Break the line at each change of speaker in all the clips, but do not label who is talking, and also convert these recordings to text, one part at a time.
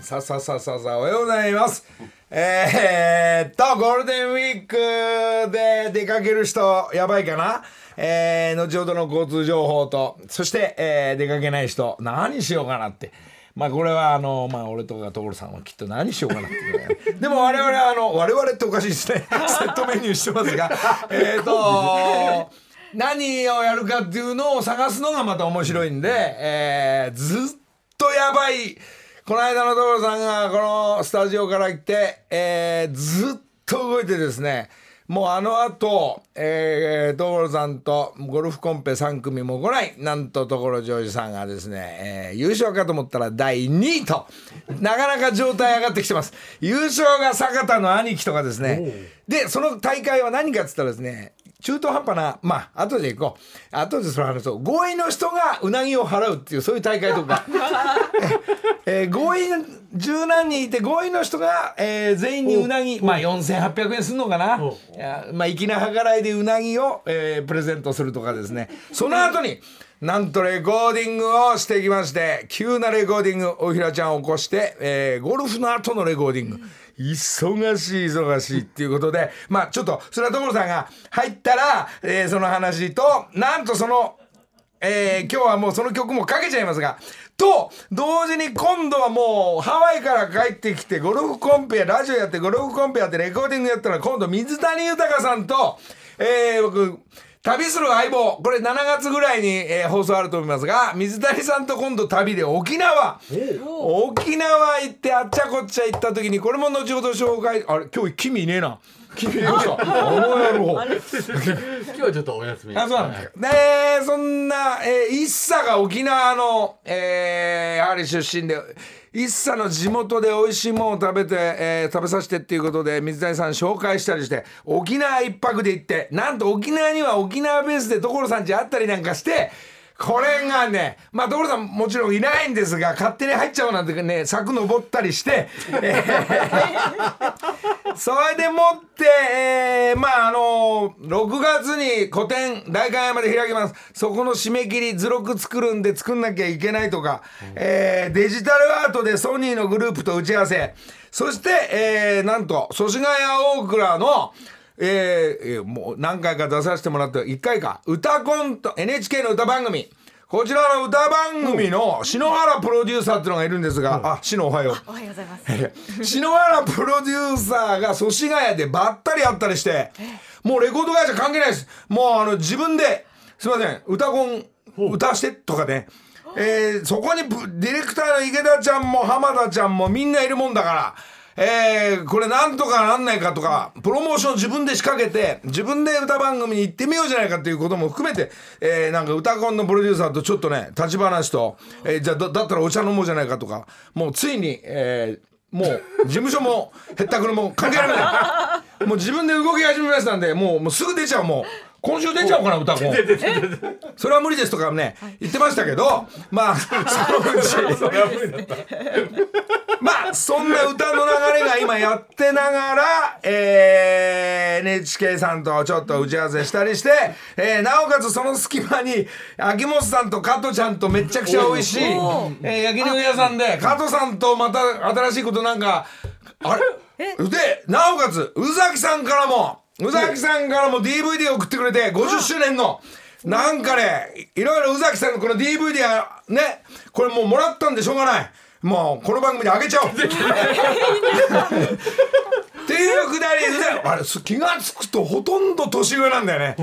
さあさあさあさあさあおはようございます。えー、っと、ゴールデンウィークで出かける人、やばいかなえー、後ほどの交通情報と、そして、えー出かけない人、何しようかなって。まあこれはあの、まあ俺とか所さんはきっと何しようかなって。でも我々はあの、我々っておかしいですね。 セットメニューしてますが、えーっと、何をやるかっていうのを探すのがまた面白いんで、えー、ずっとやばい。この間の所さんがこのスタジオから来て、えー、ずっと動いてですね、もうあの後、えー、所さんとゴルフコンペ3組も来ない、なんと所ジョージさんがですね、えー優勝かと思ったら第2位と、なかなか状態上がってきてます。優勝が坂田の兄貴とかですね、で、その大会は何かっつったらですね、中途半端な、まあ、後で行こう。後でその話そう。合意の人がうなぎを払うっていう、そういう大会と か。えー、合意の十何人いて合意の人が、えー全員にうなぎ、まあ、4800円すんのかないや、まあ、粋な計らいでうなぎを、えープレゼントするとかですねその後になんとレコーディングをしてきまして急なレコーディングおひらちゃんを起こして、えーゴルフの後のレコーディング。忙しい忙しいっていうことで、まあちょっと、それは所さんが入ったら、えーその話と、なんとそのえー今日はもうその曲もかけちゃいますが、と、同時に今度はもうハワイから帰ってきて、ゴルフコンペやラジオやって、ゴルフコンペやって、レコーディングやったら、今度水谷豊さんと、えー僕、旅する相棒、これ7月ぐらいに、えー放送あると思いますが、水谷さんと今度旅で沖縄沖縄行ってあっちゃこっちゃ行った時に、これも後ほど紹介、あれ、今日君いねえな。君いました。あの野郎
今日はちょっとお休み。
あそうなんです
はい
よ。で、そんな、えー、一茶が沖縄の、えーやはり出身で、一茶の地元で美味しいものを食べて、えー食べさせてっていうことで、水谷さん紹介したりして、沖縄一泊で行って、なんと沖縄には沖縄ベースで所さんちあったりなんかして、これがね、まあ、所さんもちろんいないんですが、勝手に入っちゃうなんてね、柵登ったりして、えーそれでもって、えーまあ、あの6月に個展、大観山で開きます。そこの締め切り、図録作るんで作んなきゃいけないとか、えーデジタルアートでソニーのグループと打ち合わせ、そして、えーなんと、祖師ヶ谷大倉の、えーえーもう何回か出させてもらって1回か歌コント NHK の歌番組こちらの歌番組の篠原プロデューサーっていうのがいるんですが、あ篠おはよう
おはようございます。
篠原プロデューサーが祖師ヶ谷でばったり会ったりしてもうレコード会社関係ないですもうあの自分ですいません歌コン歌してとかね、えーそこにぶディレクターの池田ちゃんも浜田ちゃんもみんないるもんだから。えーこれなんとかなんないかとかプロモーション自分で仕掛けて自分で歌番組に行ってみようじゃないかということも含めて、えーなんか歌コンのプロデューサーとちょっとね立ち話と、えーじゃあだだったらお茶飲もうじゃないかとかもうついに、えーもう事務所もへったくれも関係ありませんもう自分で動き始めましたんでもうもうすぐ出ちゃうもう今週出ちゃおうかな歌コンそれは無理ですとかね言ってましたけどまあそのうちまあそんな歌の流れが今やってながら、えー NHK さんとちょっと打ち合わせしたりして、えーなおかつその隙間に秋元さんと加トちゃんとめっちゃくちゃ美味しい、えー焼肉屋さんで加トさんとまた新しいことなんかあれでなおかつ宇崎さんからも宇崎さんからも DVD を送ってくれて50周年の。なんかね、いいろいろ宇崎さんのこの DVD はね、これもうもらったんでしょうがない。もうこの番組であげちゃおう。っていうくだりで、 あれす気が付くとほとんど年上なんだよね。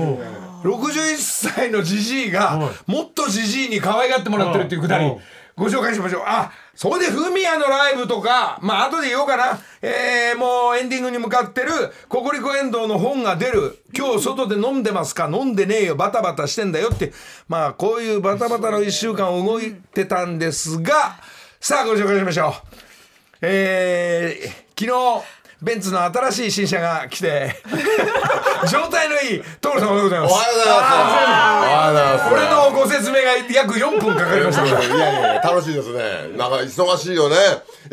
61歳のじじいがもっとじじいに可愛がってもらってるっていうくだり
うん。
ご紹介しましょう。あ、そこでフミヤのライブとか、まあ後で言おうかな。えー、もうエンディングに向かってる、ココリコ遠藤の本が出る。今日外で飲んでますか飲んでねえよ。バタバタしてんだよって。まあこういうバタバタの一週間を動いてたんですが、さあご紹介しましょう。えー、昨日、ベンツの新しい新車が来て 状態のいい所さんおはようございま
おは
す
ようございます。おはようございます。
俺のご説明が約4分かかりましたけど
いやいや楽しいですねなんか忙しいよね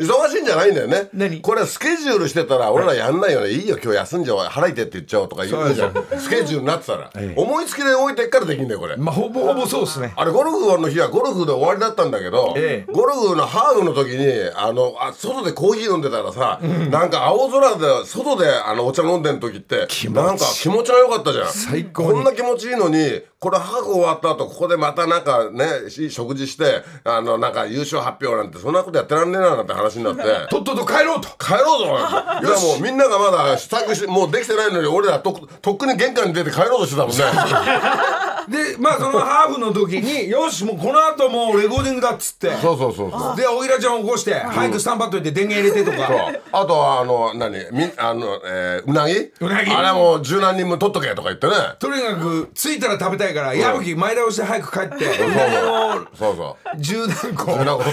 忙しいんじゃないんだよね
何
これスケジュールしてたら俺らやんないよね、い、いよ今日休んじゃおう腹痛いって言っちゃおうとか言うじゃんスケジュールになってたら、
ええ
思いつきで置いてっからできんだよこれ、
まあほぼほぼそうですね
あれゴルフの日はゴルフで終わりだったんだけど、
ええ
ゴルフのハーフの時にあのあ外でコーヒー飲んでたらさ、なんか青空で外であのお茶飲んでる時って
気持ち
なんか気持ちが良かったじゃん
最高に
こんな気持ちいいのにこれハーフ終わった後ここでまたなんかねし食事してあのなんか優勝発表なんてそんなことやってらんねえななんて話になって。
とっとと帰ろうと
帰ろうぞお前いやもうみんながまだ支度してもうできてないのに俺らとっとっくに玄関に出て帰ろうとしてたもんね
でまあそのハーフの時によしもうこの後もうレコーディングだっつって
そうそうそうそう
でおいらちゃんを起こして早くスタンバっといて電源入れてとか
そうあとはあの何みあの、えーうなぎ
うなぎ
あれもう十何人分取っとけとか言ってね
とにかく着いたら食べたいから矢吹前倒して早く帰って
そう
もう
そうそう
十何個
そううなぎ取っ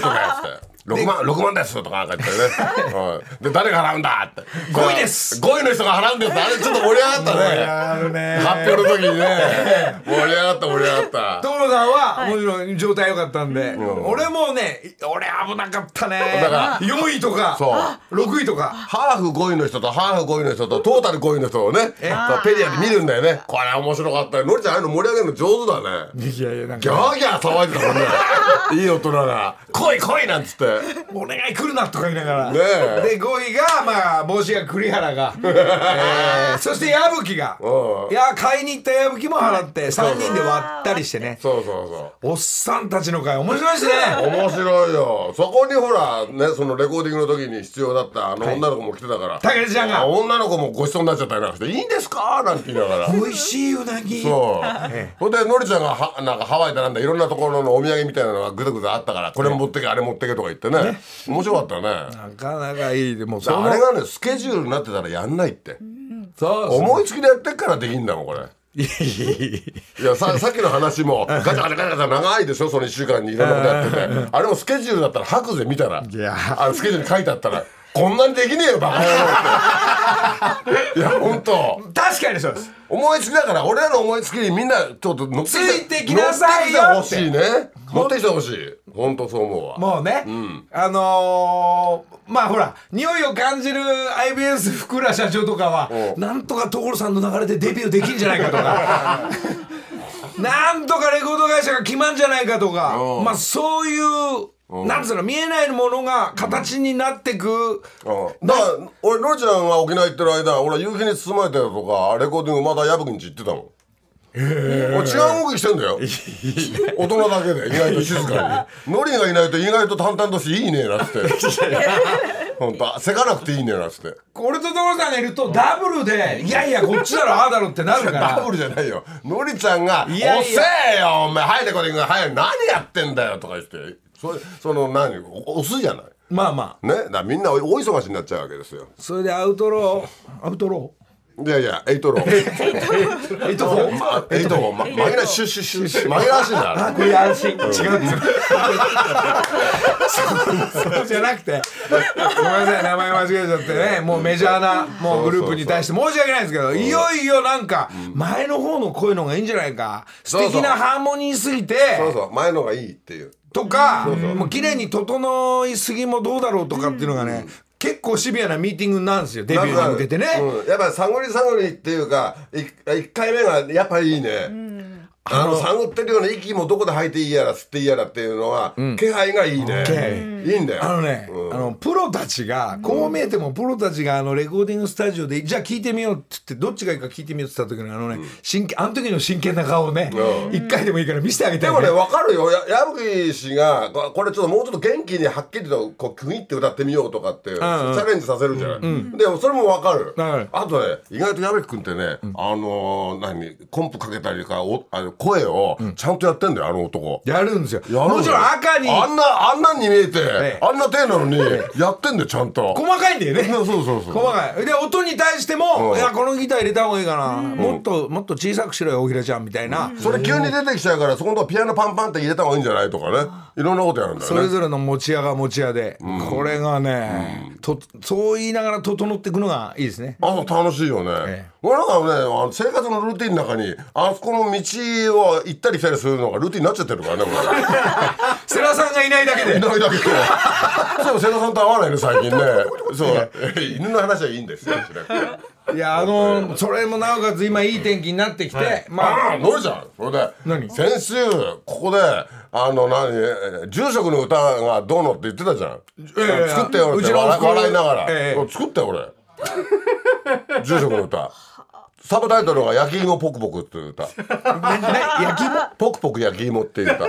とけっつって6万六万ですとかなんか言ってね、はい、で誰が払うんだって
五位です
5位の人が払うんですってあれちょっと盛り上がったね
やるね
発表の時にね盛り上がった盛り上がった
所さんはもちろん状態良かったんで、俺もね俺危なかったね
だから
4位と
そう
か6位とか
ハーフ5位の人とハーフ5位の人とトータル5位の人をねそうペリアで見るんだよねこれ面白かったよのりちゃんああいうの盛り上げるの上手だね
いやいやなん
ギャ
か
ーギャー騒いでたもんねいい大人が「来い来い!」なんつって
「お願い来るな」とか言いながら、
ねえ
で5位がまあ帽子が栗原が、えーそして矢吹が
うん
いや買いに行った矢吹も払って3人で割ったりしてね
そうそうそ
おっさんたちの会面白いです
う
ね
面白いよそこにほらねそのレコーディングの時に必要だったあの女の子も来てたから
たけるちゃんが
あ女の子もごちそうになっちゃったりなんかして「いいんですか?」なんて言いながら
美味しいうなぎ
そう
ええ
ほんでのりちゃんがはなんかハワイでなんだいろんなところのお土産みたいなのがぐだぐだあったからこれ持ってけあれ持ってけとか言ってね面白かったね
なかなかいいでもうその
あれがねスケジュールになってたらやんないって
そうそう
思いつきでやってっからできんだもんこれ。
いやいやいや
い やささっきの話もガチャガチャガチャガチャ長いでしょその1週間にいろんなことやっててあれもスケジュールだったら吐くぜ見たら
いや
あのスケジュールに書いてあったらこんなにできねえよバカ 野郎っていや本当
確かにそうです
思いつきだから俺らの思いつきにみんなちょっと乗ってきて
ついてきなさいよ
乗ってきてほしいね乗ってきてほしい本当そう思うわ
もうね、あのーまあほら匂いを感じる IBS 福浦社長とかは
うん
なんとか所さんの流れでデビューできんじゃないかと かなんとかレコード会社が決まんじゃないかとか
うん
まあそういう。なんつうの見えないものが形になってく、
うんだから俺ロイちゃんが沖縄行ってる間俺夕日に包まれてたとかレコーディングまだ矢吹んち行ってたもん俺違う動きしてんだ よ大人だけで意外と静かにノリがいないと意外と淡々としていいねなっ つって本当せかなくていいねなっつって
俺と所さんがいるとダブルでいやいやこっちだろああだろってなるから
ダブルじゃないよノリちゃんが「おっ
いやいや
せえよお前はいレコーディングはい何やってんだよ」とか言ってそれその何押すじゃない
まあまあ
ねだからみんなお大忙しになっちゃうわけですよ
それでアウトローアウトロ
いやいやエイト ロー
ーえっとこ
まえっと、ま、紛らわしい、シュッシュッシュッシュ、紛らわしいんだあれ。
れ安心違うんですよ そうじゃなくてごめんなさい名前間違えちゃってねもうメジャーなもうグループに対して申し訳ないんですけどいよいよなんか前の方の声の方がいいんじゃないか素
うそう
敵なハーモニーすぎて
そうそう、前のがいいっていう。
とかもう綺麗に整いすぎもどうだろうとかっていうのがね結構シビアなミーティングなんですよデビューに向けてね
うんやっぱ探り探りっていうか、い一回目がやっぱりいいね。あの探ってるような息もどこで吐いていいやら吸っていいやらっていうのは気配がいいね
気配
いいんだよ
あのね、
うん
あのプロたちがこう見えてもプロたちがあのレコーディングスタジオでじゃあ聞いてみようって言ってどっちがいいか聞いてみようって言った時のあのね、真剣あの時の真剣な顔をね
う
一、回でもいいから見せてあげた
で
い、
も
ね
ね、わかるよ。や矢吹氏が、ここれちょっともうちょっと元気にはっきりと、こう、区切って歌ってみようとかって、チ
んうん
ャレンジさせるじゃない。で、それもわかる
わかる。
あとね、意外と矢吹君ってね、あのー、何、コンプかけたりとか、おあの声をちゃんとやってんだよ、あの男。
やるんですよ
やるよ
もちろん赤に
あんな、あんなんに見えて、
ええ
あんな程度のにやってんだよちゃんと
細かいんだよね
そうそうそう
細かいで音に対しても、
うん
いやこのギター入れた方がいいかな、もっともっと小さくしろよ大平ちゃんみたいな、
それ急に出てきちゃうからそこのとこピアノパンパンって入れた方がいいんじゃないとかねいろんなことやるんだ
そ
よ
れ
ね
ぞれの持ち屋が持ち屋で、これがね、とそう言いながら整っていくのがいいですね
あそう楽しいよね、
ええ
俺なんかねあの生活のルーティンの中にあそこの道を行ったり来たりするのがルーティンになっちゃってるからねもう
世良さんがいないだけで
いないだけでそういえば瀬戸さんと会わないね最近ね そう犬の話はいいんですよしなくて
いやあのそれもなおかつ今いい天気になってきて、ま
あ
あ
あ、ノリちゃん。それで、
何
先週、ここで、あの、何、えー住職の歌がどうのって言ってたじゃん。
ええ
作ってよっ
うち
て
の
笑い
袋
笑いながら。
ええ
作ったよ、俺。住職の歌。サブタイトルが焼き芋ポクポクっていう歌。
な焼き芋
ポクポク焼き芋っていう歌。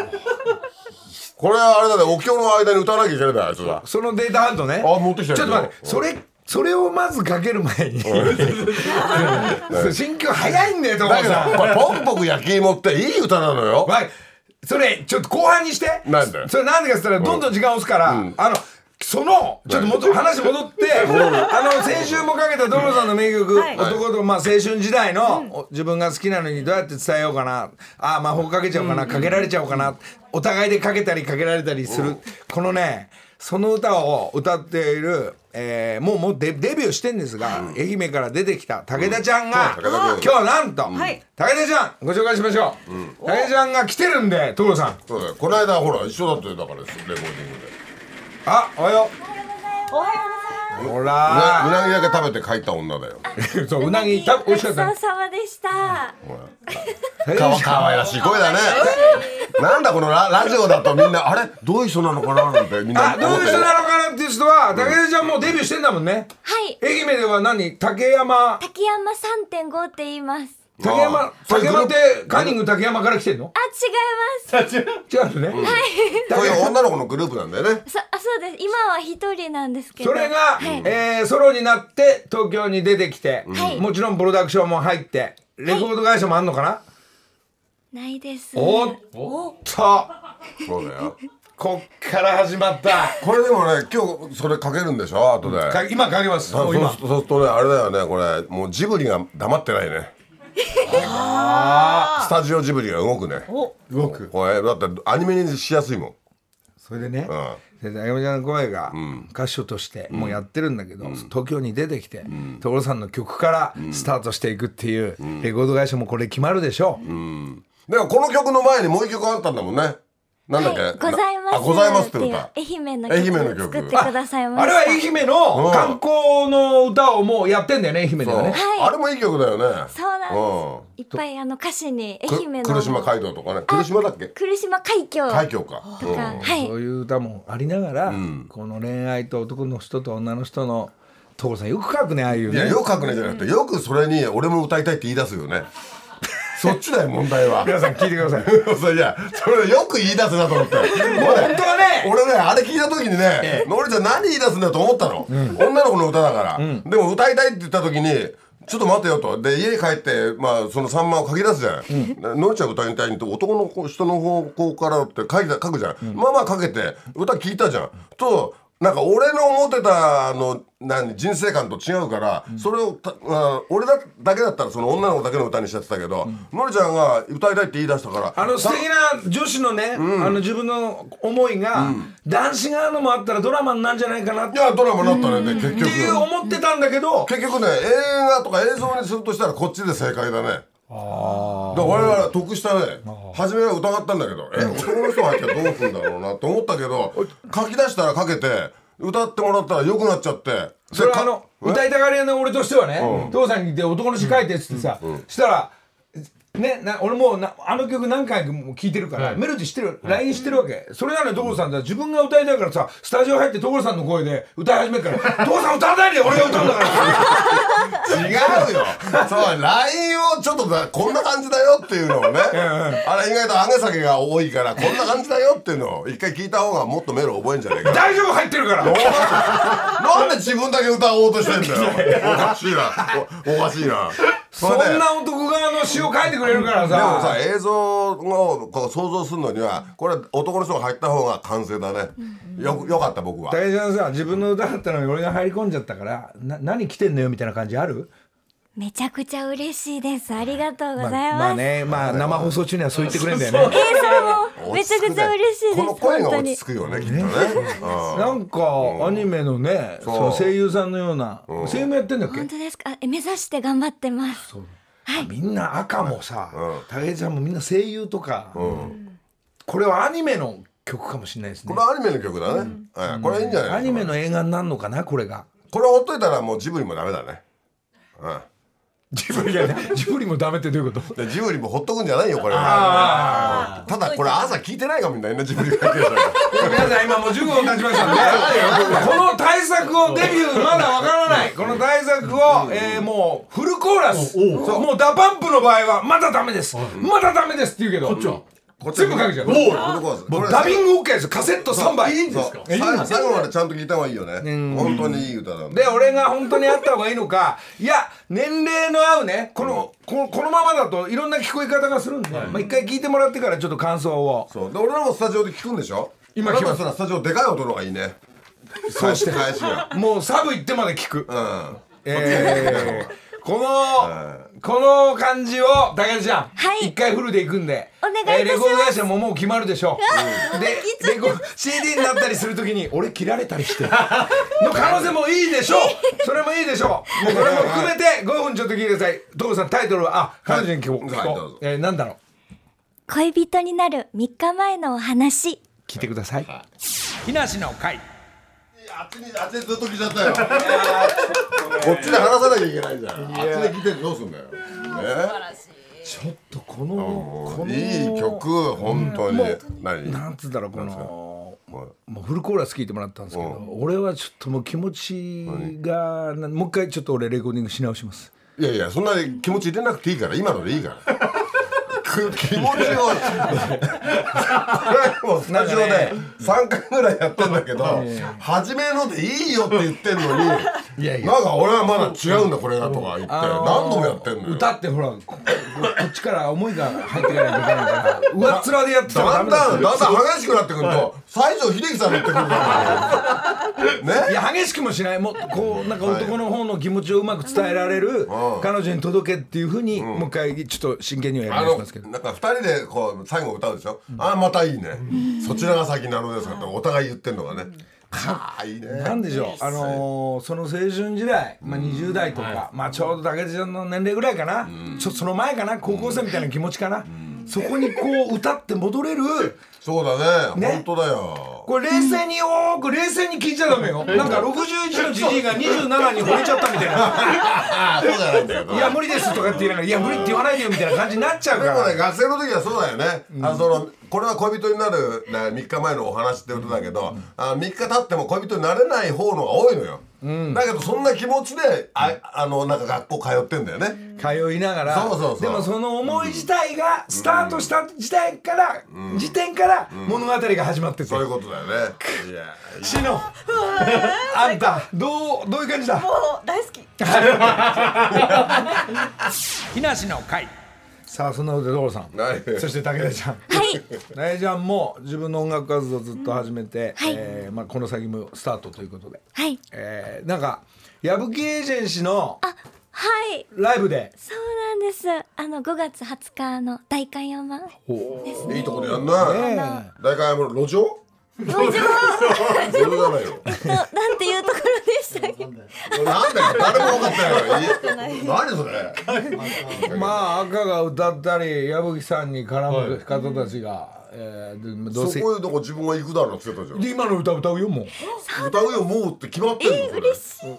これはあれだね、お経の間に歌わなきゃいけないんだよ、あいつは。
そのデータハントね
あ持ってきたよ
ちょっと待ってそれそれをまずかける前に そう心境早いんだよ所
だけど、
さん
やっぱりポクポク焼き芋っていい歌なのよ。
はい。それ、ちょっと後半にして。
なんだよ
それなんでかって言ったら、どんどん時間押すから、あの、その、ちょっともっと話戻 って、あの、先週もかけたドロさんの名曲、
はい
男と、まあ、青春時代の、お自分が好きなのにどうやって伝えようかな、ああ、魔法かけちゃおうかな、かけられちゃおうかな、お互いでかけたりかけられたりする、このね、その歌を歌っている、えーもうもうデデビューしてんですが、愛媛から出てきた武田ちゃんが、
うん武田君
今日なんと、
はい
武田ちゃんご紹介しましょう、武田ちゃんが来てるんで所さん
そうだよ。この間、ほら、一緒だったよ、だから、レコーディングで。
あおはよ
おはよ
うほ
うなう
ら
なぎだけ食べて帰った女だよ。
ーそうう
うござ
ない
ます。
ぎた美味しかっ
ご
た
ちそうさまでした。
武
か
田
わ
ちゃん
かわいらしい声だね。なんだこのララジオだとみんなあれどういう人なのかななんてみんな
あ
思
どういう
って
人なのかなっていう人は武田ちゃんもうデビューしてんだもんね
はい。
愛媛では何竹山
滝山3.5って言います。
竹山
あー
竹山って
それグループ
カンニング竹山から来てんの
あ、違います。
違うのね、
こういう女の子のグループなんだよね。
そ、あ、そうです。今は一人なんですけど。
それが、えーソロになって東京に出てきて、
はい
もちろんプロダクションも入ってレコード会社もあんのかな、
ないです。
おっと
そうだよ。
こっから始まった
これでもね今日それかけるんでしょ後で。
か今かけます
そ
も
う
う
そう
今
そうするとねあれだよねこれもうジブリが黙ってない ね。スタジオジブリが動くね。
動く
これだってアニメにしやすいもん。
それでね
うん
先生あやめちゃんの声が歌手としてもうやってるんだけど、東京に出てきて、所さんの曲からスタートしていくっていう、レコード会社もこれ決まるでしょう、
でもこの曲の前にもう一曲あったんだもんね。なんだっけ。
はい、ございます。
あございますって歌。
愛媛の
愛媛の
曲
曲
を作ってくださいました。
あれは愛媛
う
の
ん
観光の歌をもうやってんだよね愛媛ではね
はい
あれもいい曲だよね。
そうなん
うん
です。いっぱいあの歌詞に愛
く
媛の。
来島街道とかね来島だっけ
来島海峡と
海
か。
峡か、うん
はい。
そういう歌もありながら、この恋愛と男の人と女の人の所さんよく書くねああいう
いや
ね
よく書くねじゃなくてよくそれに俺も歌いたいって言い出すよねそっちだよ問 題は
皆さん聞いてください
それじゃそれよく言い出すなと思って
本当はね
俺ねあれ聞いた時にねノリちゃん何言い出すんだと思ったの、女の子の歌だから、でも歌いたいって言った時にちょっと待てよとで家に帰って、まあ、その3万を書き出すじゃん、ノリちゃん歌いたいって男の子人の方向からって書いた書くじゃん、まあまあ書けて歌聞いたじゃんとなんか俺の思ってたあの何人生観と違うから、それをたあ俺だだけだったらその女の子だけの歌にしちゃってたけど、のりちゃんが歌いたいって言い出したから
あの素敵な女子のね、あの自分の思いが、男子側のもあったらドラマになるんじゃないかなっ
いやドラマになったね、で結局
ていう思ってたんだけど、
結局ね映画とか映像にするとしたらこっちで正解だねああ我々得したね初めは疑ったんだけどえ男の人が入ってどうするんだろうなと思った けど書き出したらかけて歌ってもらったら良くなっちゃって
それはあの
でか
歌いたがり屋の俺としてはね、父さんに言って男の詩書いてっつってさ、したら。ね、な俺もうなあの曲何回も聴いてるから、
はい
メロディー知ってる LINE してるわけ、それなのに所さんさ自分が歌いたいからさスタジオ入って所さんの声で歌い始めるから「 所さん歌わないで俺が歌うんだから
違うよそう LINE をちょっとだこんな感じだよっていうのを ねあれ意外と上げ下げが多いからこんな感じだよっていうのを一回聞いた方がもっとメロ覚えんじゃねえ かな
大丈夫入ってるから」
なんで自分だけ歌おうとしてんだよおかしいなおおかしいな
そ
れで
んな男があの詩を書いてくれるから
でもさ
さ
映像をこう想像するのにはこれ男の人が入った方が完成だねよよかった僕は
大事なさ自分の歌だったのに俺が入り込んじゃったからな何来てんのよみたいな感じある
めちゃくちゃ嬉しいです。ありがとうございます。
まあねまあ生放送中にはそう言ってくれんだよね
えー、それもめちゃくちゃ嬉しいです。
この声が
本当
落
に
ち着くよねきっとねうん
なんかアニメのね
そう
そう声優さんのような声優もやってんだっけ
本当ですか。あえ目指して頑張ってます。
みんな赤もさ
うん
武井ちゃんもみんな声優とかこれはアニメの曲かもしれないですね
これアニメの曲だねはいこれいいんじゃない
アニメの映画になるのかなこれが
これほっといたらもうジブリもダメだねうん
ジブリがね ジブリもダメってどういうこと
でジブリもほっとくんじゃないよこれはただこれ朝聞いてないかもみたいなジブリが入ってるから
皆さん今もう15分経ちましたんで この対策をデビューまだわからないこの対策を、えーもうフルコーラス
おお
そうもうダパンプの場合はまだダメですまだダメですって言うけど
こっちは
こっち全部書けちゃう
おう
もうダビング OK ですよカセット3
いい
倍
んですか最後最後までちゃんと聞いた方がいいよね本当にいい歌なん
で俺が本当にあった方がいいのか いや年齢の合うねこのこのこのままだといろんな聞こえ方がするんで、まあ、一回聞いてもらってからちょっと感想を
そうで俺らもスタジオで聞くんでしょ
今
聞
聞き
く
ます
スタジオでかい音の方がいいねそうして返しが
もうサブ行ってまで聞く
うん
えー、この、この感じを、竹内ちゃん、
はい
一回フルでいくんで、
お願いいたします
レコード会社ももう決まるでしょう。で、レコ CD になったりするときに、俺切られたりして、の可能性もいいでしょう。それもいいでしょう。もうこれも含めて、5分ちょっと聞いてください。所さん、タイトルは、あ、彼女に聞こう。
は
聞
い
こう
どうぞ
えー、なんだろう。
恋人になる3日前のお話。
聞いてください。木梨の会。
あっちにあっちにずっと来ちゃったよこっちで話さなきゃいけないじゃんあっちで来てどうすんだよね
ちょっとこの、この、
いい曲本当に何
なんつうんだろう、この、もうフルコーラス聞いてもらったんですけど、
う
俺はちょっともう気持ちが、なもう一回ちょっと俺レコーディングし直します
いやいやそんなに気持ち入れなくていいから今のでいいからく気持ちをこれもうスタジオで3回ぐらいやってんだけど初めのでいいよって言ってんのに
いやいや
なんか俺はまだ違うんだこれがとか言って何度もやってんのよ
歌ってほらこここっちから思いが入っていかないといけない から上っ面でやってたら
だ
ダ
ん
メだ
だんだんだん激しくなってくると西城秀樹さんになってくるから
い
ね
や激しくもしないもっとこうなんか男の方の気持ちをうまく伝えられる
うん
彼女に届けっていうふうにもう一回ちょっと真剣にはや
あ
り直しま
の
すけど
なんか二人でこう最後歌うでしょあまたいいねそちらが先なのですかってお互い言ってんのがねかあいいね
なんでしょう、あのーその青春時代、まあ、20代とか、まあ、ちょうど武智さんの年齢ぐらいかな、ちょっとその前かな高校生みたいな気持ちかな、そこにこう歌って戻れる
そうだね
ね
本当だよ
これ冷静によーく冷静に聞いちゃダメよなんか61のじじいが27に惚れちゃったみたいな
ああそうじゃないんだけ
「
ど
いや無理です」とかって言いながら「いや無理って言わないでよ」みたいな感じになっちゃう
で
か
もね
ら
学生の時はそうだよね、あそのこれは恋人になるな3日前のお話ってことだけど、あ3日経っても恋人になれない方のが多いのよ、だけどそんな気持ちでああのなんか学校通ってんだよね、
通いながら
そうそうそう
でもその思い自体がスタートした時代から、時点から物語が始まってて
そういうことだよねいや
シノあんたどうどういう感じだ
もう大好き
木梨の会さあそんなことで所さん
ない
そして武田ちゃん
はい。
武田ちゃんも自分の音楽活動ずっと始めて、
はい
えーまあ、この先もスタートということで、
はい。
えーなんか矢吹エージェンシーの
あ、はい。
ライブで
そうなんです。あの5月20日の代官山ですね。
いいとこでやん
え
な
ー
大会も路上
路上
それじゃないよ
となんていうところでした っけ。
なんだよ誰も分かってないよい何それ
まあ赤が歌ったり矢吹さんに絡む方たちが、えーでどう
そ
せ
こへどこ自分が行くだろうって言ってたじ
で今の歌歌うよもう
ゃん歌うよもうって決まってんのそれ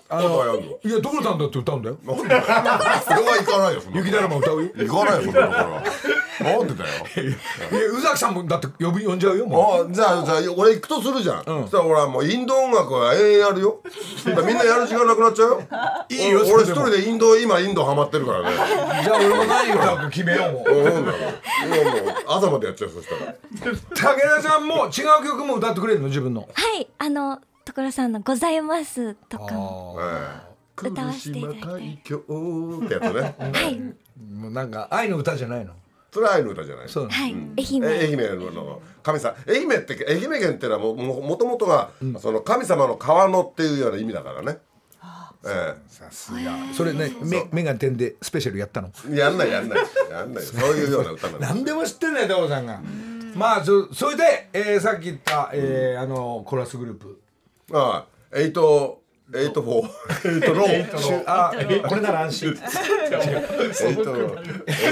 あ
まだやんの
のいや所さんだって歌うん だよ
なんでそれは行かないよそんな
雪だるま歌うよ
行かないよそんなのからなんでだよ
いや宇崎さんもだって呼び呼んじゃうよも
あじゃあじゃあ俺行くとするじゃん、そしたら俺はもうインド音楽は永遠やるよだからみんなやる時間なくなっちゃうよ
ういいよ
俺俺一人でインド今インドハマってるからね
じゃあ俺も何歌うか決めようもう
うんうんだよ今もう朝までやっちゃうそしたら
武田さんも違う曲も歌ってくれるの自分の
はい。あの所さんのございますとかも。
ええ
歌わせていただきたい
海峡ってやつね
はい
もうなんか愛の歌じゃないの
それは愛の歌じゃない
そうなの
はい、
え
愛媛
愛媛の神様愛媛って愛媛県ってのはもももともとが、その神様の川のっていうような意味だからね、え
さすがそれねめ目が点でスペシャルやったの
え、やんないやんないやんないそういうような歌なんだ
何でも知ってんねタオさんがまあそそれで、えーさっき言った、えーあのコーラスグループ
ああエイトエイトフォーエイトローエイトロー
あこれなら安心
エイトロ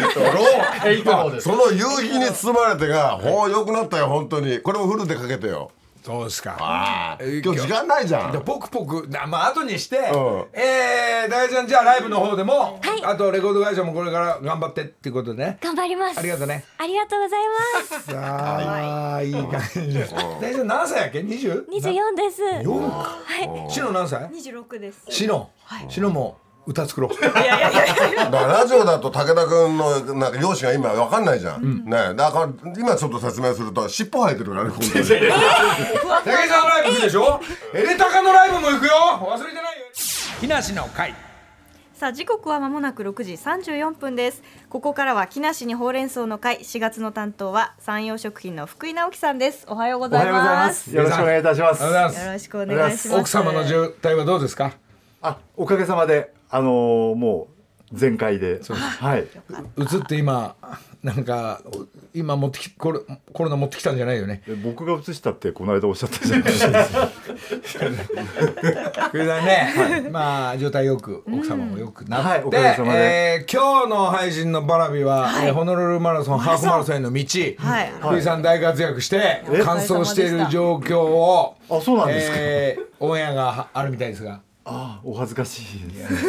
ー
エイトローです
その夕日に包まれてが、ほう良くなったよ本当にこれもフルでかけてよ
そうですか
ああ
えー
今日時間ないじゃ
で
ん
ポクポクなまあ後にして、
う
えー、大ちゃんじゃあライブの方でも、
はい
あとレコード会社もこれから頑張ってっていうことでね
頑張ります
ありがとうね
ありがとうございま す
ああいい感じです 大ちゃん何歳やっけ 20?
24です
4か
はい
シノ何歳
二十六です。
シノ、シノも歌作ろう
いやいやいやいや。
だからラジオだと武田君のなんか容姿が今わかんないじゃん、ねえだから今ちょっと説明すると尻尾生えてるからね本 当に
武井さんのライブ行くでしょエレタカのライブも行くよ忘れてないよ木梨の会
さあ時刻はまもなく6時34分ですここからは木梨にほうれん草の会4月の担当は山陽食品の福井直樹さんですおはようございます
よろしくお願いいたします。
ありがとうござい
よ
ま
ろ
す
しくお願いします
奥様の渋滞はどうですか
あ、おかげさまで、あのーもう全開で、はい。
映って今なんか今持ってきコロコロナ持ってきたんじゃないよね
で僕が映したってこの間おっしゃったじゃないです か。
福井さんね、まあ状態よく奥様もよくなって、
はいおかげさまで
えー今日の配信のバラビは、えーホノルルマラソンハーフマラソンへの道、
はい
福井さん大活躍して
え
完走している状況を
あそうなんですか
えーオンエアがあるみたいですが
あ、お恥ずかしいです。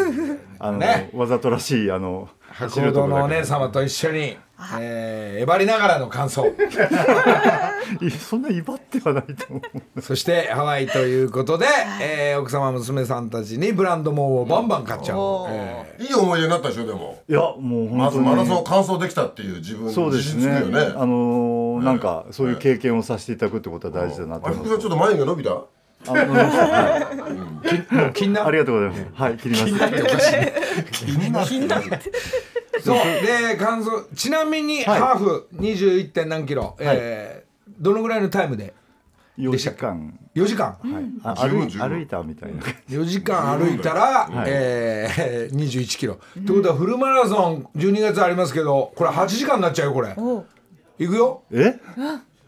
あの、
ね
わざとらしいあの走
白
ると
堂
こ
のお
ろだ
姉様と一緒に、えー、えばりながらの感 想
け。いやそんな威張ってはないと思う。
そしてハワイということで、えー奥様娘さんたちにブランドもんをバンバン買っちゃう、え
いい思い出になったでしょでも
いや、もう
ま
本
ず
当に。
マラソンを完走できたっていう自分
そうで
自信
す
つ
ね。
くよね
あのーなんかそういう経験をさせていただくってことは大事だなと
あれ
思い
福井
ま
さん
す
ちょっと眉毛伸びた
あわかりましたはい
ー、気にな
あ
る
りがとうございます。はい、切ります。
そう で感想ちなみに
はい
ハーフ 21. 点何キロ、えーどのぐらいのタイムで
4時間。
4時間、
あ
十
歩
分
い
十分
歩いたみたいな。
4時間歩いたら、えー、21キロ、ってことはフルマラソン12月ありますけどこれ8時間になっちゃうよこれ
おう
行くよ
え？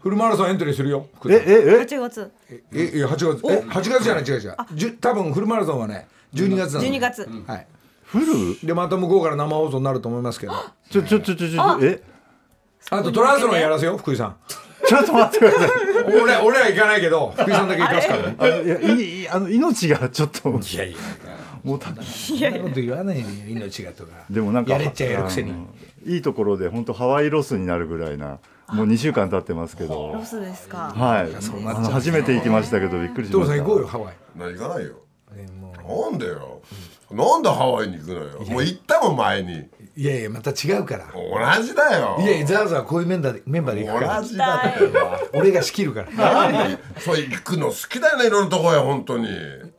フルマラソンエントリーするよ福
え
田
ええ？
8月
えいや8月え8月じゃない違う違うじゅ多分フルマラソンはね12月なの
12月
はい
フル？
でまた向こうから生放送になると思いますけどあ
ちょちょちょちょちょえ？
とトランスロンやらせよ福井さん
ちょっと待ってください。
俺俺は行かないけど福井さんだけ行かすからね
あのいやいいいあの命がちょっと
いやいや
もたない
そんなこと言わないでよ命がとか
でもなんか
やれっちゃやるくせに
あのいいところで本当ハワイロスになるぐらいなもう2週間経ってますけど
ロスですか、
はい
そうなっちゃう
あの初めて行きましたけどびっくりし
所
ま
さ
し
ん
た
行こうよハワイ
な行かないよなんでよなんでハワイに行くのよもう行ったもん前に
いやいやまた違うから
同じだよ
いやいやザーザーこういうメンバーでメンバーで行くから
同じだってば
俺が仕切るから
そう行くの好きだよねいろんなとこへ本当に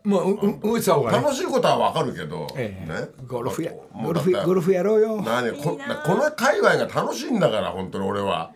もううう動いてた方がね
楽しいことはわかるけど、
ええ
ね
ゴルフや
も
ゴル
うだっ
フ
て
やゴルフやろうよ
何ここの界隈が楽しいんだから本当に俺は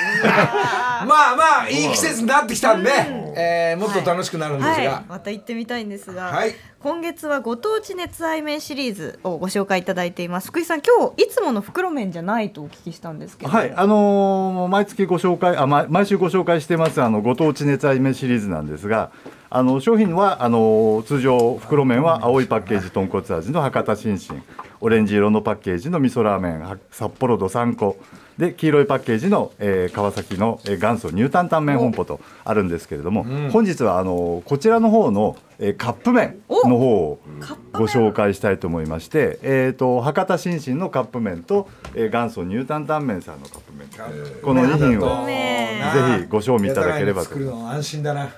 まあまあいい季節になってきたんで、えーもっと楽しくなるんですが、
はい、また行ってみたいんですが、
はい
今月はご当地熱愛麺シリーズをご紹介いただいています福井さん今日いつもの袋麺じゃないとお聞きしたんですけど
はい、あのーもう毎月ご紹介あ、ま、毎週ご紹介してますあのご当地熱愛麺シリーズなんですがあの商品はあのー通常袋麺は青いパッケージ豚骨味の博多しんしんオレンジ色のパッケージの味噌ラーメンは札幌どさんこで黄色いパッケージの、えー川崎の、えー元祖ニュータンタン麺本舗とあるんですけれども、本日はあのーこちらの方の、えーカップ麺の方をご紹介したいと思いまして、えー、と博多新進のカップ麺と、えー、元祖ニュータンタン麺さんのカップ麺この2品をぜひご賞味いただければと
作るの安心だな、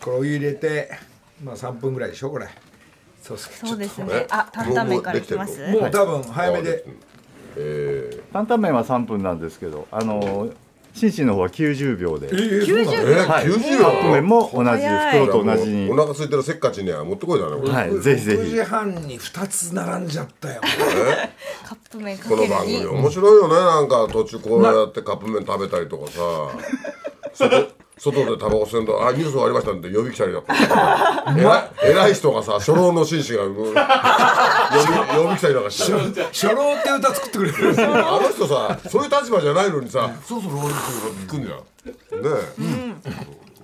これお湯入れてまあ3分ぐらいでしょこれそうっす
そうです
ちょっ
ね
と
あ担々麺からいきま
ロ
す
もう多分早めで、
担々麺は3分なんですけどあのーシンシンの方は90秒で、
90
え
秒。
ー、
はい、カ
90秒
ップ麺も同じ
早い
袋と同じに
お腹空いてるせっかちには持ってこいだねこれ
はいぜひぜ
6
ひ
時半に2つ並んじゃったよ
カップ麺かけ
こ
る
の
に。
番組面白いよねなんか途中こうやってカップ麺食べたりとかさ外外でタバコ吸うんだあニュースがありましたんで呼び記者になった偉い偉い人がさ初老の紳士がうん呼び呼び記者になんかしてる
初老って歌作ってくれる
あの人さそういう立場じゃないのにさそろそろ俺のところに来んじゃんねえ、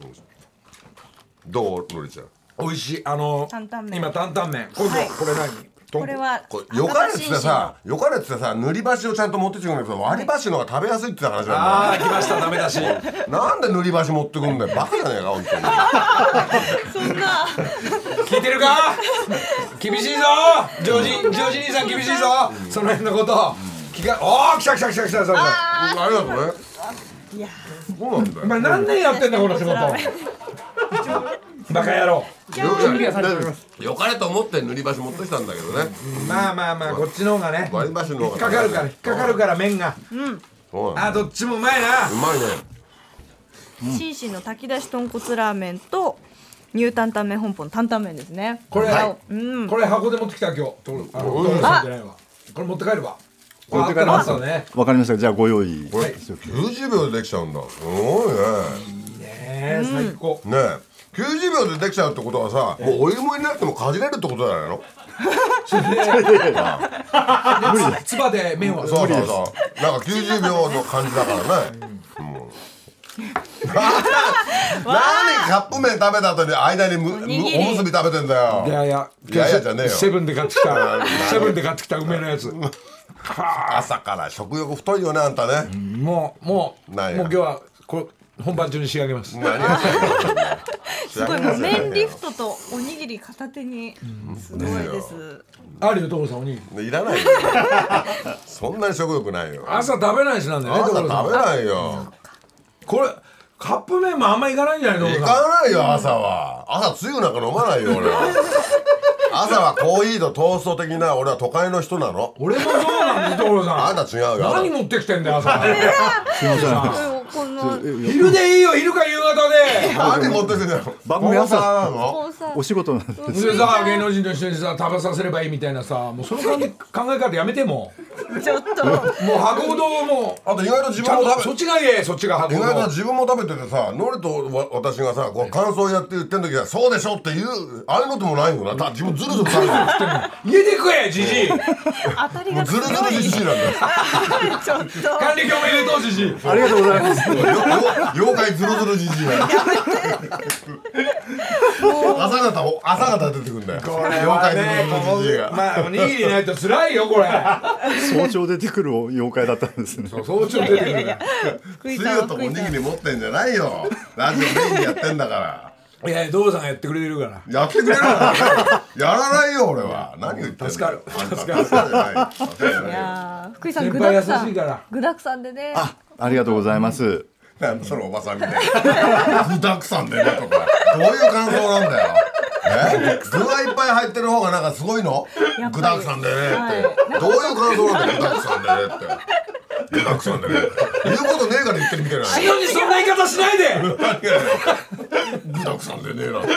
どうのりちゃん
美味しいあの
担々麺
今担々麺これ,、
はい
これ何
これは
これよかれっ
赤
つって
田紳士の
さよかれっつってさ塗り箸をちゃんと持ってきてくれるけど割り箸の方が食べやすいって話なん
ああ来ましたダメだし
だよなんで塗り箸持ってくんだよバカじゃねえか本当に
そんな
聞いてるか厳しいぞジョージジョージ兄さん厳しいぞその辺のこと聞かおお来た来た来た来た来た来た
ありがとうねそうなんだよ
お前何年やってんだこの仕事 バカ野郎
よかれと思って塗り箸持ってきたんだけどね
まあまあまあこっちの方がね
割り箸の
引
方
っ
が
かかるから引っかかるから麺が
そうなんだ
あーどっちもうまいうな
まいね
紳士の炊き出し豚骨ラーメンと牛担々麺本舗の担々麺ですね。
これ、
はいうん。
これ箱で持ってきた今日あの
うん
あこれ持って帰るわこれあ
持
った
って帰り
らあ
ま
っ
す
たね
わかりましたじゃあご用意
これ90秒でできちゃうんだすごいね
ねえ最高
ねえ90秒でできちゃうってことはさもうお湯も入れなくてもかじれるってことじゃないの
でつばで麺を
そうそうそうなんか90秒の感じだからね うん何カップ麺食べた後に間にむむお
り
むすび食べてんだよ
いやいや
いやいやじゃねえよ
セブンで買って きたセブンで買ってきた梅のやつ
朝から食欲太いよねあんたね、
もうもうも
な
う
いよ
今日はこれ本番中に仕上げます
何が
すごいもう麺リフトとおにぎり片手にすごいです。
あるよ所さんおにぎり
いら ないよそんなに食欲ないよ
朝食べないしなんだよね
朝
所さ
食べ
ん
ないよ
これカップ麺もあんまいかないんじゃない所
行
さん
かないよ朝は朝つゆなんか飲まないよ 俺は朝はコーヒーとトースト的な俺は都会の人なの
俺もそうなんだ所
あ
さ
ん
ん
た違うよあ
何
んた
持ってきてんだよ 朝
すいません
これこの
昼でいいよ昼か夕方で
何持ってきてん だよ
番組朝
コーナーなの
こうさ
お仕事なんです
それさ芸能人と一緒にさ食べさせればいいみたいなさもうその考え考え方やめても
ちょっと
うもう箱ごともう
あと意外と自
ちゃ
分
ん
も
と
食
そっちが言えそっちが箱
べ意
ご
外と
と
自分も食べててさノリとわ私がさこう感想やって言ってん時はそうでしょっていうああいうのともないよなた自分ずるずる食べてる
家で食えじじい
当たり
もう
が
ずる
強
ずる
い。
じじいなんだよ
ちょっと。
還暦おめでとうじじい
ありがとうございます
よよ 妖怪ズルズルじじいや朝方お朝方出てくんだよ
これ
妖
は
怪
ね
ズルズルじじい
こう
が
まあおにぎりないと辛いよこれ
早朝出てくる妖怪だったんですね
早朝出てくる
福
つ
井さん
ゆとお
福
に
井さん
ぎり持ってんじゃないよラジオメインでやってん だから
いやいや所さんがやってくれてるから
やってくれるからやらないよ俺は何を言ってんだ
助かる
助かる助かるじゃない助かるじゃな
い
いよ
やー福井さん
先
具
輩優
だく
し
さ
い
ん
から
具だくさんでね。
あありがとうございます
なんだそのおばさんみたいな具だくさんでねとかどういう感想なんだよえ具がいっぱい入ってる方がなんかすごいの
やっぱ
具
り
だくさんでねって、
は
どういう感想なんだよ具だくさんでねって具だくさんでね言うことねえから言ってるみたいな
なのにそんな言い方しないで
何がよ具だくさんでねえなって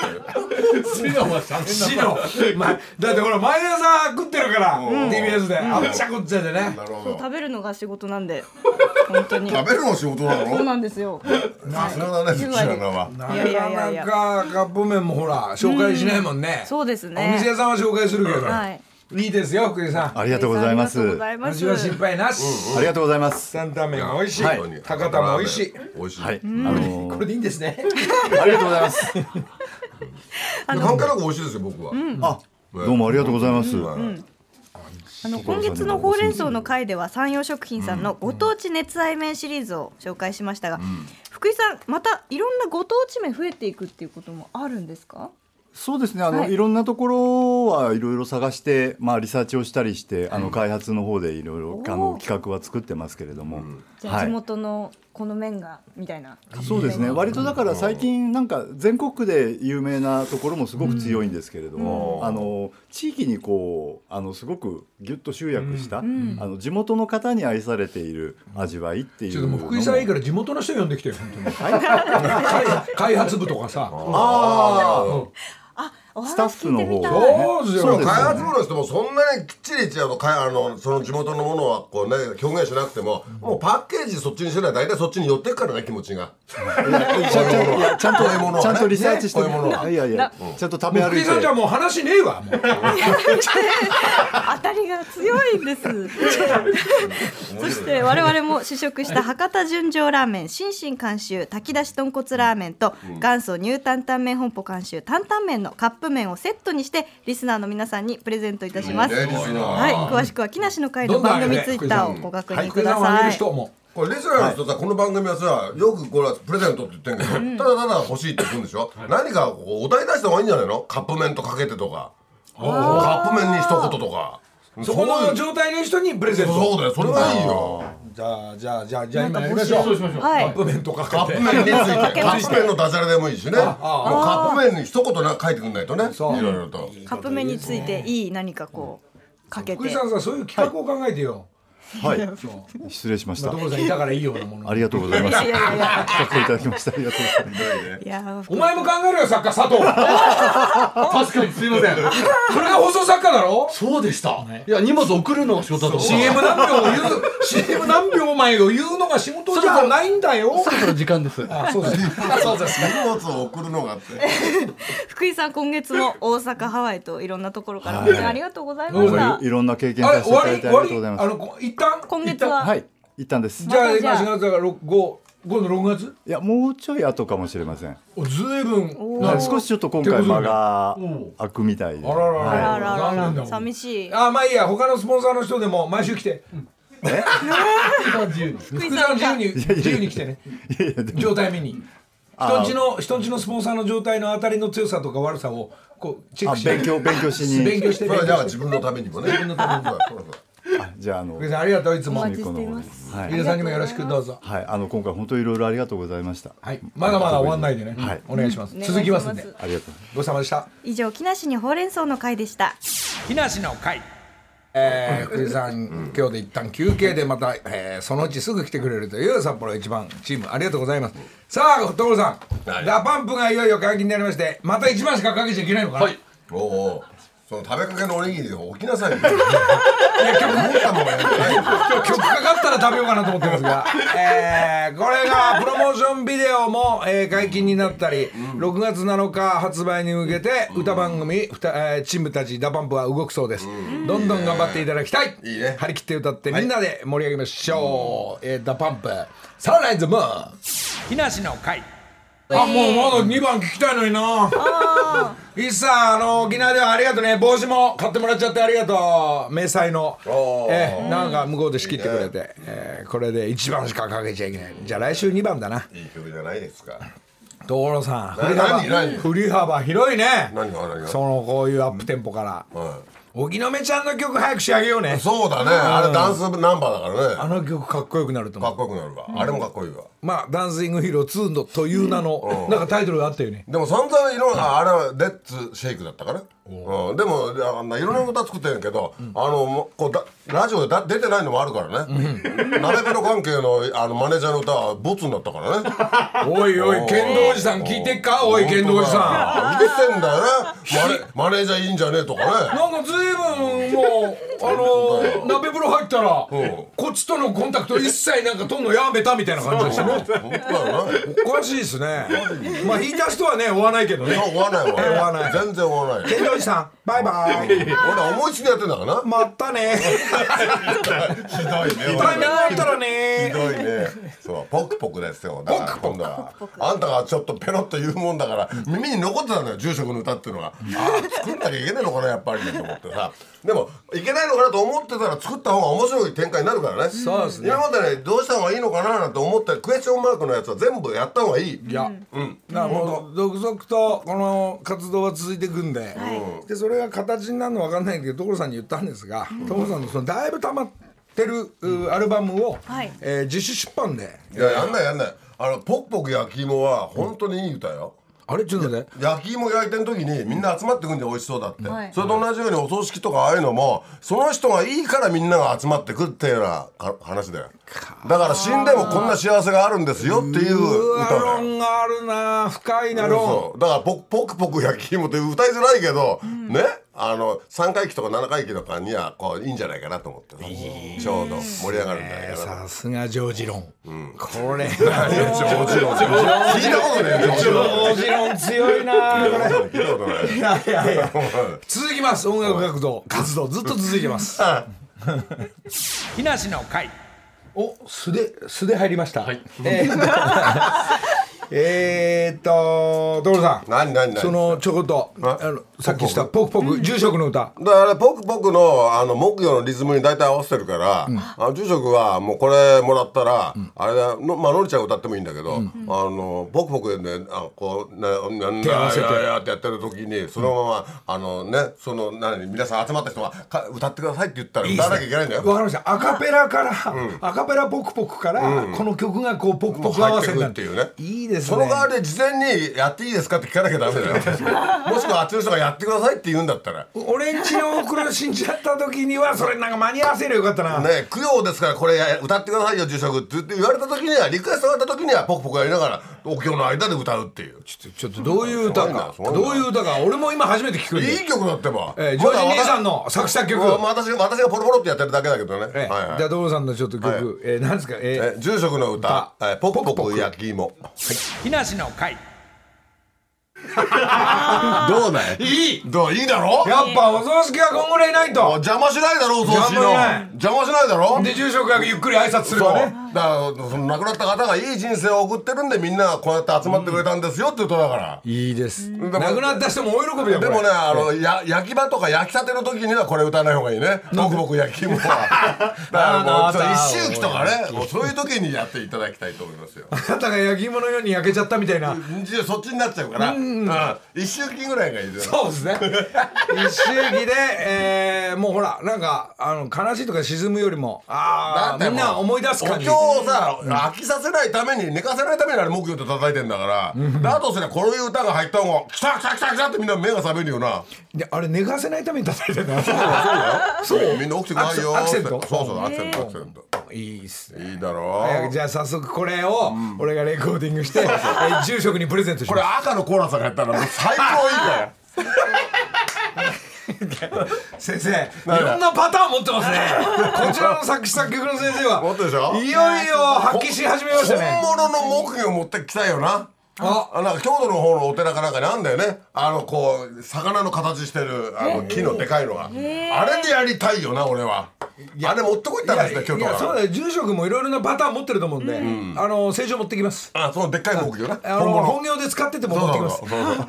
死のは喋んなさい
死のまだってほら毎朝食ってるから TBS であっちゃこっちゃでね
なるほど
食べるのが仕事なんで。本当に。
食べるの仕事な
そう
の
なんですよ。
さすがだねそちら側
な
やいやいやいや
かなかカップ麺もほら紹介しないもんね
そうです
お店
ね。
屋さんは紹介するけど、
はい。
い、いですよ福井さん
ありがとうございま
ありがとう
す
ございま
味
す。
は心配なし
ありがとうございます
担々麺が美味しい、
はい
博多も美味しい
美味しい、
はいあの
これでいいんですね
ありがとうございます
関係なく美味しいですよ僕は、
あどうもありがとうございます
あの今月のほうれん草の回では山陽食品さんのご当地熱愛麺シリーズを紹介しましたが、福井さんまたいろんなご当地麺増えていくっていうこともあるんですか？
そうですねあの、
はい
い、ろんなところはいろいろ探して、まあ、リサーチをしたりして、あの開発の方でいろいろあの企画は作ってますけれども、
じゃあ
はい
地元のこの麺がみたいな
そうですね割とだから最近なんか全国区で有名なところもすごく強いんですけれども、あの地域にこうあのすごくギュッと集約した、あの地元の方に愛されている味わいっていう
ちょっと
の
もう
も
福井さんいいから地元の人呼んできてよ本当に開開発部とかさ
あー
お話
スタッフの方
聞いてみたい
そうです
そう
よ
開発部の人もそんなにきっちりじゃあのかあのその地元のものはこうね表現しなくてももうパッケージそっちにしてない大体そっちに寄ってくからね気持ちが
ちゃんといやちゃんと
こういうものはね
ちゃんとリサーチして、
ねこういうものはい
やいやちゃんと食べ歩
福
い
井さんじゃもう話ねえわもう
当たりが強いんですそして我々も試食した博多純情ラーメン心身監修炊き出し豚骨ラーメンと元祖ニュータンタン麺本舗監修担々麺のカップ麺をセットにしてリスナーの皆さんにプレゼントいたします
いいねリスナー
はい、詳しくは木梨の会の番組ツイッターをご確認
はい福
くだ
井さんを挙
さ
げる
い
人も
これリスナーの人さ、この番組はさよくこれはプレゼントって言ってんけどただただ欲しいって言うんでしょ、何かこうお題出した方がいいんじゃないのカップ麺とかけてとかカップ麺に一言とか
そこ
そうい
の
う
状態の人にプレゼント
そうだよそれはいいよ
じゃあじゃあじゃあじゃあ今やりましょう
そうしましょうはい
カップ麺とか
カッ
かけ
プ
て
麺についてカップ麺のダジャレでもいいしねもうカップ麺に一言なんか書いてくんないとねい
そう
ろいろと
カップ麺についていい何かこうかけ
福井
て
さんさそういう企画を考えてよ
はい失礼しまし
まあ
た
所さんいたからいいようなもの
ありがとうございます
いやいやい や
お声いただきましたありがとうございます
いや
お前も考えろよ作家佐藤
確かにすいません。
それが放送作家だろ
そうでした。いや、荷物送るのが仕事だと思ってた。
CM 何秒を言う CM 何秒前を言うのが仕事じゃないんだよ
そろそろ時間です。
あそうですね
そうです荷物を送るのがあって
福井さん今月も大阪ハワイといろんなところから本当にありがとうございま
どう
し
も
た
いろんな経験
あれ
させて
終
い
わ
ただ
り
いて
終
あり
わ
がとう
りあの
ございま
こ一旦
今
一
月
旦
は
すはい一旦です
じゃあ
またじ
今
ゃあ
4月だから6 5 5の6月
いやもうちょい後かもしれません
おずいぶん
はい少しちょっと今回間が
うん
空くみたいで
あららら
あら
ら
あらあ
残念
らあ
だ
ら
もん
寂しい
あまあいいや他のスポンサーの人でも毎週来て
自由に。
福井
福井さ
さ
ん
んが
自由に自由に来てね
いやいやでも
状態見に人んちの人んちのスポンサーの状態の当たりの強さとか悪さをこうチェッ
あ
クして
勉強勉強し
勉
に
強して
そ
勉強
れはじゃあ
して
自分のためにもねそうそうそう
あじゃああの
福井さんありがとういつ
お
も
待ちしています
はい
皆さんにもよろしくどうぞ
はいあの今回本当いろいろありがとうございました
はいまだまだ終わんないでね
はい
お願いします
お願いし
続きますんで
ありがとう
ごちそうさまでした
以上木梨にほうれん草の会でした
木梨の会えー、福井さん、今日で一旦休憩でまた、えー、そのうちすぐ来てくれるという札幌一番チームありがとうございますさあ所さん、ダパンプがいよいよ解禁になりましてまた一番しかかけちゃいけないのかな、
はい
おうおうその食べかけのおにぎりを置きなさいよ。いや、今日思ったもんやってないよ。
曲かかったら食べようかなと思ってますが、えーこれがプロモーションビデオも、えー解禁になったり、6月7日発売に向けて歌番組、ふたえーチームたちダパンプは動くそうです、どんどん頑張っていただきたい
いいね
張り切って歌ってみんなで盛り上げましょう、えーダパンプサラライズムーン木梨の会あもうまだ2番聞きたいのにな一さんあの沖縄ではありがとうね帽子も買ってもらっちゃってありがとう迷彩の
おー
ええなんか向こうで仕切ってくれて、ええこれで1番しかかけちゃいけないじゃあ来週2番だない
い曲じゃないですか。
所さん振り幅
な何何
振り幅広いね
何が何が
そのこういうアップテンポから、
は
荻野目ちゃんの曲早く仕上げようね
い。そうだね。あれダンスナンバーだから
あ
ね。
の曲かっこよくなると思
か
う
っこよくなるわ。あれもかっこいいわ。
まあ「ダンシングヒーロー2の」という名の、なんかタイトルがあったよね
でも散々いろんな、あれはレッツシェイクだったかな。うん、でも、あんないろんな歌作ってるけど、あの、もうこうだラジオでだ出てないのもあるからね。なべべろ関係のあのマネージャーの歌はボツになったから ね。
おいおい剣道おじさん聞いてっかおい剣道おじさん
ん。聞いてんだ よね。マネマネージャーいいんじゃねえとかね。
なんかずいぶんもうあの鍋風呂入ったら
うん
こっちとのコンタクト一切なんか取んのやめたみたいな感じでしたね
本当だよね。
おかしいですねまあ引いた人はね追わ ないけどね
追わない
追
わ
わない
全然追 わない
天童寺さんバイバイ
俺思いつきでやってんだから な
またねタイミ
ひどいね
ングあったら
ひ
ね
どいね そうポクポクですよだから今度はあんたがちょっとペロッと言うもんだから耳に残ってたんだよ住職の歌っていうのがああ作んなきゃいけないのかなやっぱりねと思ってさでもいけないのかなと思ってたら作った方が面白い展開になるからね
そうですね
今までねどうした方がいいのかななんて思ってクエスチョンマークのやつは全部やった方がいい
いや、なるほど続々とこの活動は続いていくんで,、でそれが形になるの分かんないけど所さんに言ったんですが所さんのそのだいぶたまってるうアルバムを、
はい
えー自主出版で
いややんないやんないあのポクポク焼き芋は本当にいい歌よ、
あれちょっとね
焼き芋焼いてる時にみんな集まってくんで美味しそうだって、
はい
それと同じようにお葬式とかああいうのもその人がいいからみんなが集まってくっていうようなか話だよだから死んでもこんな幸せがあるんですよっていう
うわ
歌だ
ロ
よ
ンがあるな深いなロ
そうだからポクポクポク焼き芋って歌いづらいけど、ねあの3回忌とか7回忌とかにはこういいんじゃないかなと思ってさちょうど盛り上がるんじゃない
ン
かな
さすがジョージロン、これは
ジョージロン聞いたことないよジョージロン
ジロン強いなこれ
聞いたことない
いやいやいや続きます音楽活動活動ずっと続いてます日梨の会お素で素で入りました、はい、えーっとえーっと所さん
何何何
そのちょこっとあ
あ
のさっきしたポクポク住職の歌
だからポクポクのあの木魚のリズムに大体合わせてるから、あの住職はもうこれもらったら、あれだの,、まあのりちゃんが歌ってもいいんだけど、あのポクポクでねあこうななな
手合わせて
ややってやってる時にそのまま、あのねその何皆さん集まった人がか歌ってくださいって言ったら歌わなきゃいけないんだよ。
わかりましたアカペラから、アカペラポクポクから、この曲がこうポクポク合わせにな
っていうね
いいですね
その代わりで事前にやっていいですかって聞かなきゃダメだよもしくはあっちの人がやってくださいって言うんだったら
俺んちのおふくろ死んじゃった時に はそれなんか間に合わせればよかったな、
ね、供養ですからこれや歌ってくださいよ住職って言って言われた時にはリクエストがあった時にはポクポクやりながらお経の間で歌うっていう
ちょちょっとどういう歌か
すごいなすごいな
どういう歌か俺も今初めて聞くんで
いい曲だってば、
えージョージ兄さん
の
の作詞作曲、
私が私がポロポロってやってるだけだけどね、
えー
はいはい
じゃあ所さんのちょっと曲、
はい
えーなんですかえー
え住職の歌
歌
えーポクポ
ポクポ
ク
ク
焼き芋
日梨の会
どうだいいいどういいだろ
やっぱお葬式はこんぐらいないと
邪魔しないだろお葬式の
邪魔しない
邪魔しないだろ
で住職がゆっくり挨拶す
そう
れば
だか
ね
らその亡くなった方がいい人生を送ってるんでみんなこうやって集まってくれたんですよって歌だから、
いいです亡
でも
くなった人も大喜びだよ
でも
こ
ね
れ
あの、や焼き場とか焼きたての時にはこれ歌わない方がいいねボクボク焼き 芋はだからも
あー
うちょっと
あー
一周期とかねもうそういう時にやっていただきたいと思いますよ
あなたが焼き芋のように焼けちゃったみたいな
じゃあそっちになっちゃうから、うん一周期ぐらいがいいですよ
そうですね 一周期で、えーもうほらなんかあの悲しいとか沈むよりもああみんな思い出す感じ
お経をさ、飽きさせないために寝かせないためにあれ木魚って叩いてんだから、だとすればこういう歌が入った方が「来た来た来た来た」ってみんな目が覚めるよな
であれ寝かせないために叩いてん だ
そうみんな起きてくださいよ
アクセント
ってそうそうアクセントアクセント
いいっすね
いいだろう
じゃあ早速これを俺がレコーディングして、えー住職にプレゼントし
こ
ま
れ
す
赤のコーラスがやったらもう最高いいから
先生いろんなパターン持ってますねこちらの作詞作曲の先生は
持ってるでしょ
いよいよ発揮し始めましたね
本物の木魚持ってきたいよな
あ
あなんか郷土の方のお寺かなんかにあんだよねあのこう魚の形してるあの木のでかいのがあれでやりたいよな俺はあれ持ってこいったらですね京
い
都
やそう
は
だよ住職もいろいろなパターン持ってると思うんで、あの正常持ってきます
あそのでっかい木魚な
あの
本
本
物
業で使ってても持ってき
そう
ま
そ
す
うそうそう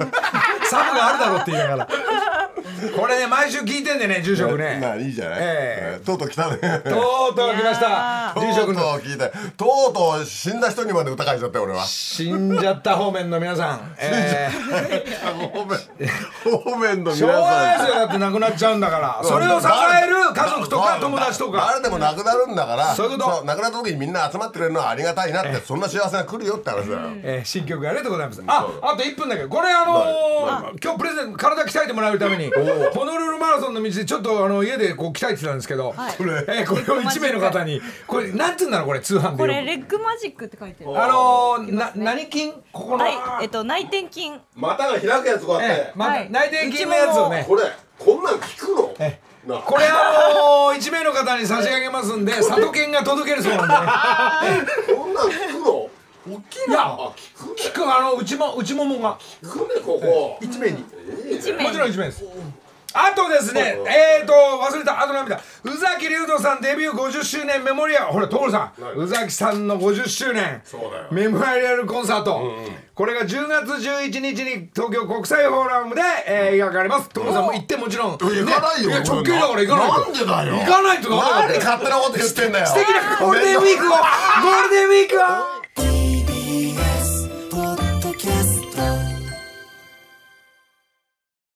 サブがあるだろうって言いながらこれね毎週聞いてんでね住職
まあ
ね
いいじゃない、
え
とうとう来たね
とうとう来ました
とうとう
住職の
聞いてとうとう死んだ人にまで疑いちゃったよ俺は
死んじゃった方面の皆さん、えー、
方面方面の皆さん
しょうがないですよだって亡くなっちゃうんだからそれを支える家族とか友達とか
誰でもなくなるんだから
そういうこと
亡くなった時にみんな集まってくれるのはありがたいなってそんな幸せが来るよって話だよ
えー、新曲ありがとうございますああと1分だけどこれあのー、今日プレゼント体鍛えてもらうためにホノルルマラソンの道でちょっとあの家でこう鍛えてたんですけど、これえーこれを1名の方にこれなんて言うんだろうこれ通販で
こ
よく
れレッグマジックって書いてる。
あのーな何筋ここの、
はい、えっと内転筋。
股が開くやつこう
ええま
はい
内転筋のやつをね
これこんなん効くの
え
な
これあのー、1名の方に差し上げます んで佐渡犬が届けるそうなんでね
こんなん効くの大きい
いや
効
聞くあの内も内ももが
く効くねここ
一面に
一
も
面
ちろん一名ですあとですねえーと忘れたあと涙宇崎竜斗さんデビュー50周年メモリアルほら所さん宇崎さんの50周年
そうだよ
メモリアルコンサート、これが10月11日に東京国際フォーラムで、えー、描かれます所さんも行ってもちろん行
行かないよ
や直球だから行かないと
なんでだよ
行かないとダメだって
何勝手なこと言ってんだよ
素敵なゴールデンウィークをゴールデンウィークを